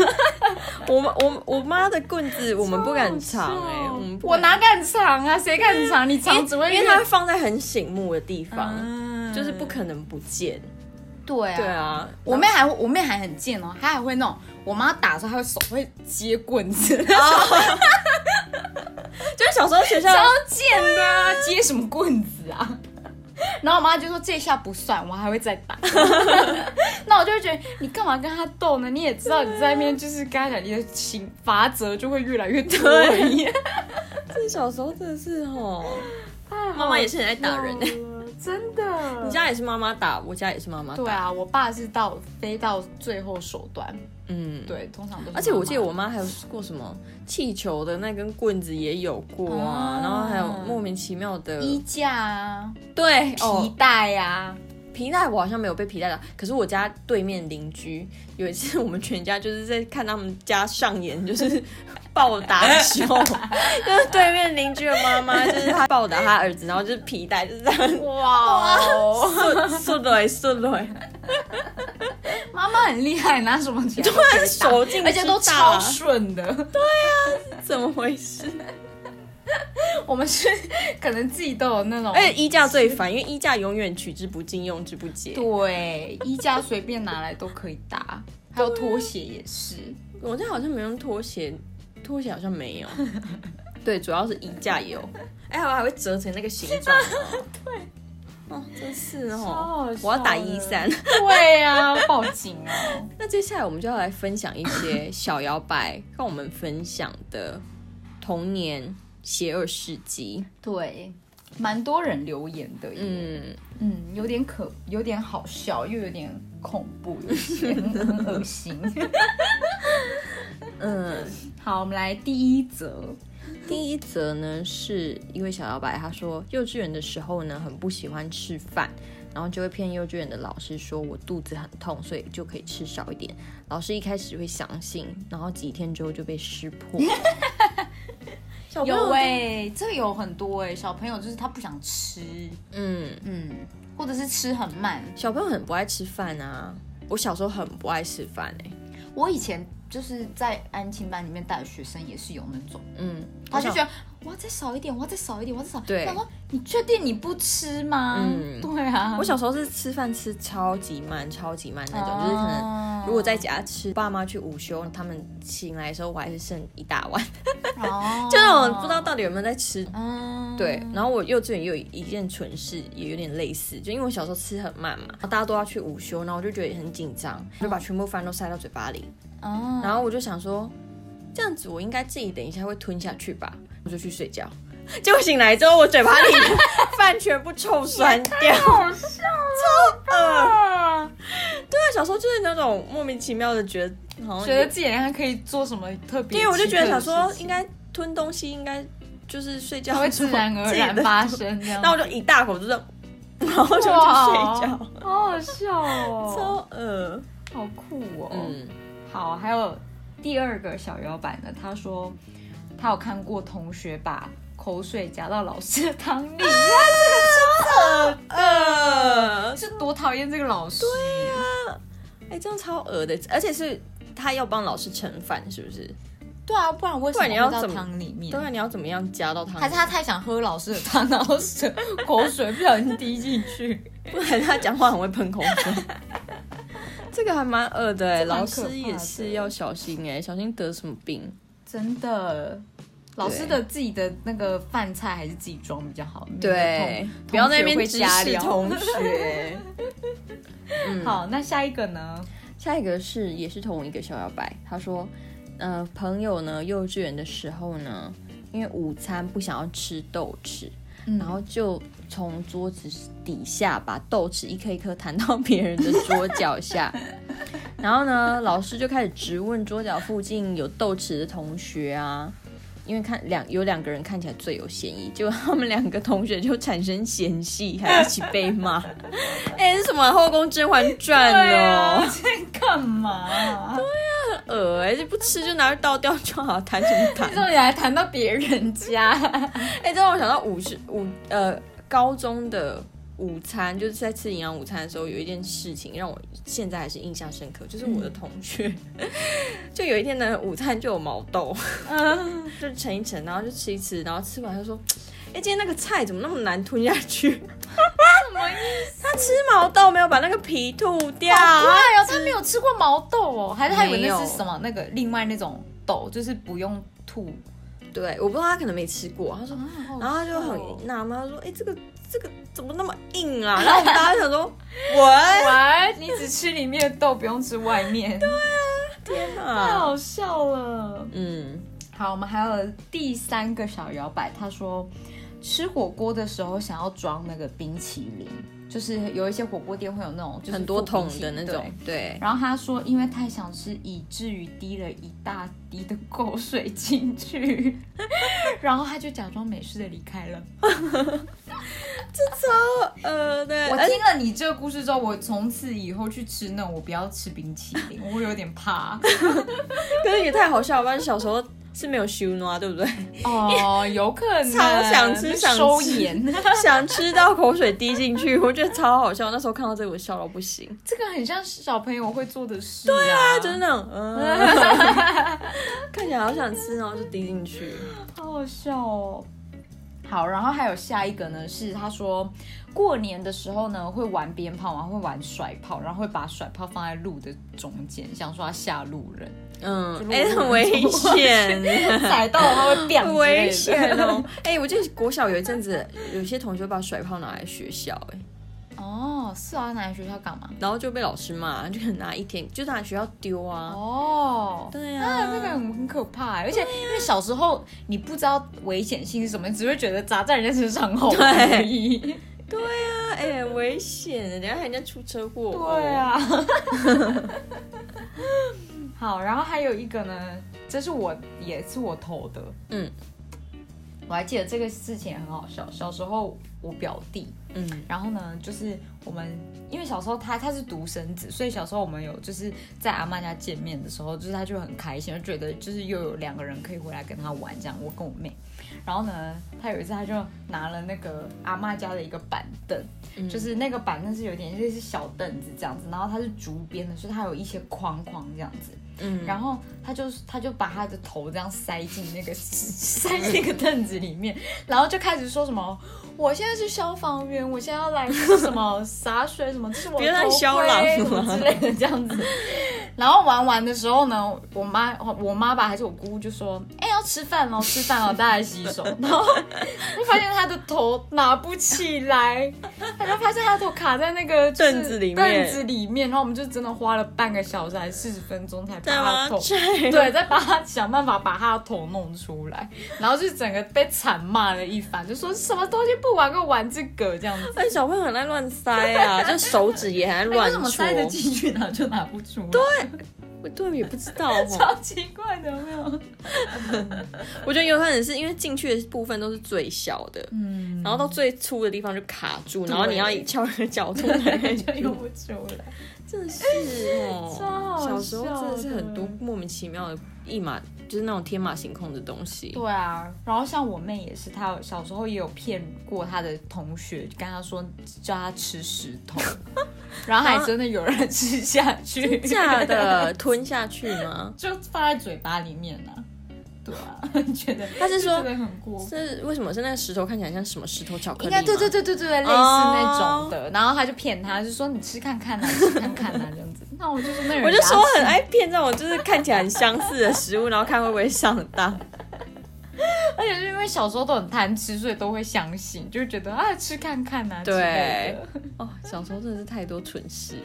[SPEAKER 2] 我们我我妈的棍子我们不敢藏哎、我们不
[SPEAKER 1] 哦我哪敢藏啊？谁敢藏？你藏只会
[SPEAKER 2] 因为它放在很醒目的地方，
[SPEAKER 1] 嗯
[SPEAKER 2] 就是不可能不见。
[SPEAKER 1] 对啊。
[SPEAKER 2] 对啊，
[SPEAKER 1] 我妹还我妹还很贱哦，她还会弄。我妈打的时候，她会手会接棍子，
[SPEAKER 2] 哦就是小时候学校
[SPEAKER 1] 超贱的啊、接什么棍子啊？然后我妈就说这下不算，我还会再
[SPEAKER 2] [LAUGHS]
[SPEAKER 1] 打。那我就会觉得你干嘛跟他斗呢？你也知道你在那边就是跟他讲，你的刑罚则就会越来越多而已。 [LAUGHS]
[SPEAKER 2] 这小时候真的是哦，妈妈也是很爱打人欸
[SPEAKER 1] 哦真 [LAUGHS] 的。
[SPEAKER 2] 你家也是妈妈打，我家也是妈妈打。
[SPEAKER 1] 对啊，我爸是到飞到最后手段，
[SPEAKER 2] 嗯，
[SPEAKER 1] 对，通常都是妈妈。
[SPEAKER 2] 而且我记得我妈还有过什么气球的那根棍子也有过
[SPEAKER 1] 啊
[SPEAKER 2] 啊，然后还有莫名其妙的
[SPEAKER 1] 衣架啊、
[SPEAKER 2] 对
[SPEAKER 1] 皮
[SPEAKER 2] 哦
[SPEAKER 1] 带啊，
[SPEAKER 2] 皮带，我好像没有被皮带打，可是我家对面邻居有一次我们全家就是在看他们家上演就是 [LAUGHS] 暴打球， [LAUGHS] 就是对面邻居的妈妈就是她暴打她儿子，然后就是皮带就是这样
[SPEAKER 1] 哇哦，
[SPEAKER 2] 顺顺来顺来，
[SPEAKER 1] 妈妈很厉害，拿什么起来都可以打
[SPEAKER 2] 手
[SPEAKER 1] [LAUGHS]
[SPEAKER 2] 劲
[SPEAKER 1] 而且都
[SPEAKER 2] 之大啊
[SPEAKER 1] 超顺的。 [LAUGHS]
[SPEAKER 2] 怎么回事？
[SPEAKER 1] 我们是可能自己都有那种，
[SPEAKER 2] 而且衣架最烦，因为衣架永远取之不尽，用之不竭。
[SPEAKER 1] 对，衣架随便拿来都可以打，还有拖鞋也是。
[SPEAKER 2] 我家好像没用拖鞋，拖鞋好像没 [LAUGHS] 有。对，主要是衣架有。哎、我还会折成那个形状。对，哦，真是
[SPEAKER 1] 超
[SPEAKER 2] 哦
[SPEAKER 1] 好笑，的
[SPEAKER 2] 我要打一三。
[SPEAKER 1] [LAUGHS] 对呀、啊，报警哦！
[SPEAKER 2] 那接下来我们就要来分享一些
[SPEAKER 1] [LAUGHS]
[SPEAKER 2] 小摇摆跟我们分享的童年邪恶事迹。
[SPEAKER 1] 对，蛮多人留言的，嗯
[SPEAKER 2] 嗯，
[SPEAKER 1] 嗯，有点可，有点好笑，又有点恐怖，有些很恶心。
[SPEAKER 2] [LAUGHS] 嗯，
[SPEAKER 1] 好，我们来第一则，
[SPEAKER 2] 第一则呢，是一位小摇摆，他说幼稚园的时候呢，很不喜欢吃饭，然后就会骗幼稚园的老师说我肚子很痛，所以就可以吃少一点。老师一开始会相信，然后几天之后就被识
[SPEAKER 1] [LAUGHS]
[SPEAKER 2] 破。啊小
[SPEAKER 1] 有哎、这个有很多哎、小朋友就是他不想吃，
[SPEAKER 2] 嗯，
[SPEAKER 1] 嗯，或者是吃很慢，
[SPEAKER 2] 小朋友很不爱吃饭啊。我小时候很不爱吃饭哎、
[SPEAKER 1] 我以前就是在安亲班里面带的学生也是有那种，
[SPEAKER 2] 嗯，
[SPEAKER 1] 他就
[SPEAKER 2] 我
[SPEAKER 1] 觉
[SPEAKER 2] 小
[SPEAKER 1] 得我要再少一点，我要再少一点，我要再少。
[SPEAKER 2] 对
[SPEAKER 1] 他说你确定你不吃吗？
[SPEAKER 2] 嗯
[SPEAKER 1] 对啊，
[SPEAKER 2] 我小时候是吃饭吃超级慢、超级慢那种，
[SPEAKER 1] 啊
[SPEAKER 2] 就是可能如果在家吃，爸妈去午休，他们醒来的时候我还是剩一大碗， [LAUGHS]
[SPEAKER 1] 哦
[SPEAKER 2] 就那种不知道到底有没有在吃
[SPEAKER 1] 嗯，
[SPEAKER 2] 对，然后我幼稚园也有一件蠢事，也有点类似，就因为我小时候吃很慢嘛，然后大家都要去午休，然后我就觉得也很紧张，就把全部饭都塞到嘴巴里，
[SPEAKER 1] 嗯，
[SPEAKER 2] 然后我就想说，这样子我应该自己等一下会吞下去吧，我就去睡觉。 [LAUGHS] 结果醒来之后，我嘴巴里的 [LAUGHS] 饭全部臭酸掉。
[SPEAKER 1] 好笑啊！
[SPEAKER 2] 那小时候就是那种莫名其妙的觉得，好像
[SPEAKER 1] 觉得自己好像可以做什么特别，
[SPEAKER 2] 因为我就觉得想说，应该吞东西应该就是睡觉
[SPEAKER 1] 它会自然而然
[SPEAKER 2] 的，
[SPEAKER 1] 发生这样。
[SPEAKER 2] 那我就一大口就这样，然后就去睡觉。
[SPEAKER 1] 哇哦好好笑哦，
[SPEAKER 2] 超恶。
[SPEAKER 1] 好酷哦，
[SPEAKER 2] 嗯，
[SPEAKER 1] 好，还有第二个小摇摆呢，他说他有看过同学把口水夹到老师的汤 [LAUGHS] 里，
[SPEAKER 2] 呃，
[SPEAKER 1] 是多讨厌这个老师？
[SPEAKER 2] 哎，这样超恶的，而且是他要帮老师盛饭，是不是？
[SPEAKER 1] 对啊，不然为什
[SPEAKER 2] 不然你要
[SPEAKER 1] 么会到
[SPEAKER 2] 怎么
[SPEAKER 1] 汤里面
[SPEAKER 2] 对？啊，你要怎么样加到汤
[SPEAKER 1] 还
[SPEAKER 2] 里？
[SPEAKER 1] 是他太想喝老师的汤，然后舌口水不小心滴进去，
[SPEAKER 2] 不然他讲话很会喷口水。 [LAUGHS] 这个还蛮恶的哎，
[SPEAKER 1] 蛮
[SPEAKER 2] 老
[SPEAKER 1] 可怕
[SPEAKER 2] 师
[SPEAKER 1] 的
[SPEAKER 2] 也是要小心哎，小心得什么病。
[SPEAKER 1] 真的。老师的自己的那个饭菜还是自己装比较好。
[SPEAKER 2] 对
[SPEAKER 1] 嗯那个同，
[SPEAKER 2] 不要在那边
[SPEAKER 1] 同学
[SPEAKER 2] 指
[SPEAKER 1] 会加
[SPEAKER 2] 使
[SPEAKER 1] 料
[SPEAKER 2] 同
[SPEAKER 1] [LAUGHS]
[SPEAKER 2] 学。 [LAUGHS] 嗯
[SPEAKER 1] 好，那下一个呢？
[SPEAKER 2] 下一个是也是同一个小摇摆，他说，呃，朋友呢，幼稚园的时候呢，因为午餐不想要吃豆豉，
[SPEAKER 1] 嗯
[SPEAKER 2] 然后就从桌子底下把豆豉一颗一颗弹到别人的桌
[SPEAKER 1] [LAUGHS]
[SPEAKER 2] 脚下，然后呢，老师就开始质问桌角附近有豆豉的同学啊。因为看两有两个人看起来最有嫌疑，结果 [LAUGHS] 他们两个同学就产生嫌隙，还一起被骂。哎、这是什么《后宫甄嬛传》
[SPEAKER 1] 对
[SPEAKER 2] 哦？ [LAUGHS]
[SPEAKER 1] 啊，在干嘛啊？
[SPEAKER 2] 呃，哎、这不吃就拿去倒掉就好，谈什么谈？
[SPEAKER 1] 这你还谈 [LAUGHS] 到别人家？
[SPEAKER 2] 哎、这让我想到五十五呃高中的午餐，就是在吃营养午餐的时候，有一件事情让我现在还是印象深刻，就是我的
[SPEAKER 1] 嗯
[SPEAKER 2] 同学， [LAUGHS] 就有一天呢，午餐就有毛豆，
[SPEAKER 1] 嗯
[SPEAKER 2] [LAUGHS] 就盛一盛，然后就吃一吃，然后吃完就说，哎、今天那个菜怎么那么难吞下去？ [LAUGHS]
[SPEAKER 1] 什么意思？
[SPEAKER 2] 他吃毛豆没有把那个皮吐
[SPEAKER 1] 对
[SPEAKER 2] 掉，
[SPEAKER 1] 哦，他没有吃过毛豆哦，还是他以为那
[SPEAKER 2] 没有
[SPEAKER 1] 是什么那个另外那种豆，就是不用吐。
[SPEAKER 2] 对，我不知道他可能没吃过，他说。啊然
[SPEAKER 1] 然
[SPEAKER 2] 后他就
[SPEAKER 1] 哦
[SPEAKER 2] 很纳闷，他说：“哎、这个这个怎么那么硬啊？”然后我们大家就想说：“ [LAUGHS] 喂，
[SPEAKER 1] 喂，你只吃里面的豆，不用吃外面，
[SPEAKER 2] 啊
[SPEAKER 1] 对，
[SPEAKER 2] 天
[SPEAKER 1] 太
[SPEAKER 2] 哪
[SPEAKER 1] 好笑了！”。
[SPEAKER 2] 啊嗯，
[SPEAKER 1] 好，我们还有第三个小摇摆，他说吃火锅的时候想要装那个冰淇淋，就是有一些火锅店会有那种就是
[SPEAKER 2] 很多
[SPEAKER 1] 附冰
[SPEAKER 2] 桶
[SPEAKER 1] 淇
[SPEAKER 2] 的
[SPEAKER 1] 淋
[SPEAKER 2] 那种。，对
[SPEAKER 1] 对，然后他说，因为太想吃，以至于滴了一大滴的口水进去， [LAUGHS] 然后他就假装没事的离开了。
[SPEAKER 2] 呃，对，
[SPEAKER 1] 我
[SPEAKER 2] 而且
[SPEAKER 1] 听了你这个故事之后，我从此以后去吃那种，我不要吃冰淇淋，我会有点怕。
[SPEAKER 2] 可是也太好笑了吧？小时候是没有修诺，对
[SPEAKER 1] [LAUGHS]
[SPEAKER 2] 不对？
[SPEAKER 1] 哦，有可能，
[SPEAKER 2] 超想吃想吃
[SPEAKER 1] 收盐。
[SPEAKER 2] 想吃到口水滴进去，我觉得超好笑。那时候看到这个，我笑到不行。
[SPEAKER 1] 这个很像是小朋友会做的事、对啊
[SPEAKER 2] 他就是那种，嗯， [LAUGHS] 看起来好想吃，然后就滴进去。
[SPEAKER 1] 好好笑哦。好，然后还有下一个呢，是他说过年的时候呢会玩鞭炮嘛，会玩甩炮，然后会把甩炮放在路的中间，想说要吓路人，
[SPEAKER 2] 嗯
[SPEAKER 1] 就，如果
[SPEAKER 2] 哎、很危险。
[SPEAKER 1] [LAUGHS] 踩到的话会变
[SPEAKER 2] 很危险
[SPEAKER 1] [LAUGHS]
[SPEAKER 2] 哦！哎、我记得国小有一阵子，有些同学把甩炮拿来学校、哎，
[SPEAKER 1] 哦，是啊，拿来学校干嘛？
[SPEAKER 2] 然后就被老师骂，就可能拿一天，就拿来学校丢啊。
[SPEAKER 1] 哦。
[SPEAKER 2] 对
[SPEAKER 1] 啊，
[SPEAKER 2] 啊，
[SPEAKER 1] 那个很很可怕，欸而且因为小时候你不知道危险性是什么，你只会觉得砸在人家身上很好玩而已。
[SPEAKER 2] 啊哎、很危险，人家人家出车祸。哦
[SPEAKER 1] 对，啊。 [LAUGHS] 好，然后还有一个呢，这是我也是我投的，
[SPEAKER 2] 嗯，
[SPEAKER 1] 我还记得这个事情也很好笑。小时候我表弟，
[SPEAKER 2] 嗯
[SPEAKER 1] 然后呢，就是我们因为小时候他他是独生子，所以小时候我们有就是在阿妈家见面的时候，就是他就很开心，就觉得就是又有两个人可以回来跟他玩这样，我跟我妹。然后呢，他有一次他就拿了那个阿妈家的一个板凳，
[SPEAKER 2] 嗯
[SPEAKER 1] 就是那个板凳是有点类似小凳子这样子，然后它是竹编的，所以它有一些框框这样子。
[SPEAKER 2] 嗯，
[SPEAKER 1] 然后他就他就把他的头这样塞进那个 [LAUGHS] 塞进那个凳子里面，然后就开始说什么。我现在是消防员，我现在要来什
[SPEAKER 2] [LAUGHS]
[SPEAKER 1] 么洒水什么，这是我
[SPEAKER 2] 别让
[SPEAKER 1] 头
[SPEAKER 2] 肖郎
[SPEAKER 1] 盔
[SPEAKER 2] 了
[SPEAKER 1] 什么之类的这样子。然后玩完的时候呢，我妈我妈吧还是我姑姑就说：“哎、要吃饭喽，吃饭喽，大家来洗手。”然后就发现他的头拿不起来，他就发现他的头卡在那个就是
[SPEAKER 2] 凳子里面
[SPEAKER 1] 凳子里面。然后我们就真的花了半个小时还是四十分钟才啊把
[SPEAKER 2] 对
[SPEAKER 1] 他
[SPEAKER 2] 吗
[SPEAKER 1] 的头？[LAUGHS]
[SPEAKER 2] 对
[SPEAKER 1] 对，再把他想办法把他的头弄出来，然后就整个被惨骂了一番，就说什么东西不玩跟玩这个这样子，
[SPEAKER 2] 哎，小朋友很爱乱塞啊，就手指也很爱
[SPEAKER 1] 哎为
[SPEAKER 2] 乱
[SPEAKER 1] 什么塞得
[SPEAKER 2] 戳。
[SPEAKER 1] 进去拿就拿不出来？ [LAUGHS] 对，
[SPEAKER 2] 对，也不知道哦。
[SPEAKER 1] 超奇怪的，有没有？
[SPEAKER 2] 我觉得有可能是因为进去的部分都是最小的，
[SPEAKER 1] 嗯，
[SPEAKER 2] 然后到最粗的地方就卡住，
[SPEAKER 1] 对
[SPEAKER 2] 然后你要一翘一个角度来
[SPEAKER 1] [LAUGHS] 就用不出来。
[SPEAKER 2] 真的是哦，
[SPEAKER 1] 嗯超好
[SPEAKER 2] 小时候真的是
[SPEAKER 1] 笑的
[SPEAKER 2] 很多莫名其妙的一马，就是那种天马行空的东西。
[SPEAKER 1] 对啊，然后像我妹也是，她有小时候也有骗过她的同学，跟她说叫她吃石头， [LAUGHS] 然后还真的有人吃下去，
[SPEAKER 2] 假的，吞下去吗？
[SPEAKER 1] [LAUGHS] 就放在嘴巴里面呢、啊。对啊，觉得
[SPEAKER 2] 他是说
[SPEAKER 1] 这个很过分。
[SPEAKER 2] 是为什么？是那个石头看起来像什么石头巧克力
[SPEAKER 1] 应
[SPEAKER 2] 吗？
[SPEAKER 1] 该对对对对对，类似那种的。然后他就骗他，就说你吃看看啊，吃看看啊这样子。 [LAUGHS] 那我就说那人
[SPEAKER 2] 我就
[SPEAKER 1] 牙
[SPEAKER 2] 说
[SPEAKER 1] 齿
[SPEAKER 2] 很爱骗这种就是看起来很相似的食物，然后看会不会上当。
[SPEAKER 1] 而且是因为小时候都很贪吃，所以都会相信，就会觉得啊吃看看啊之类
[SPEAKER 2] 对
[SPEAKER 1] 的，
[SPEAKER 2] [LAUGHS] 哦，小时候真的是太多蠢事了。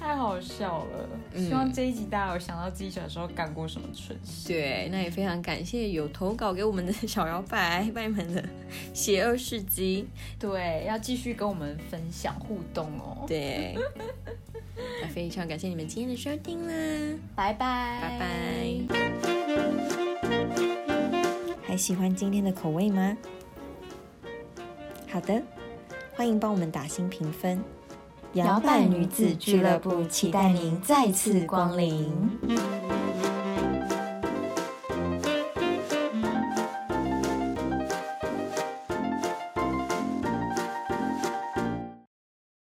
[SPEAKER 1] 太好笑了。
[SPEAKER 2] 嗯
[SPEAKER 1] 希望这一集大家有想到自己小时候干过什么蠢事。
[SPEAKER 2] 对，那也非常感谢有投稿给我们的小摇摆，拜你们的邪恶事迹。
[SPEAKER 1] 对，要继续跟我们分享互动哦。
[SPEAKER 2] 对，那非常感谢你们今天的收听啦。
[SPEAKER 1] 拜拜，
[SPEAKER 2] 拜拜。 [LAUGHS] 还喜欢今天的口味吗？好的，欢迎帮我们打新评分。
[SPEAKER 3] 摇摆女子俱乐部期待您再次光临。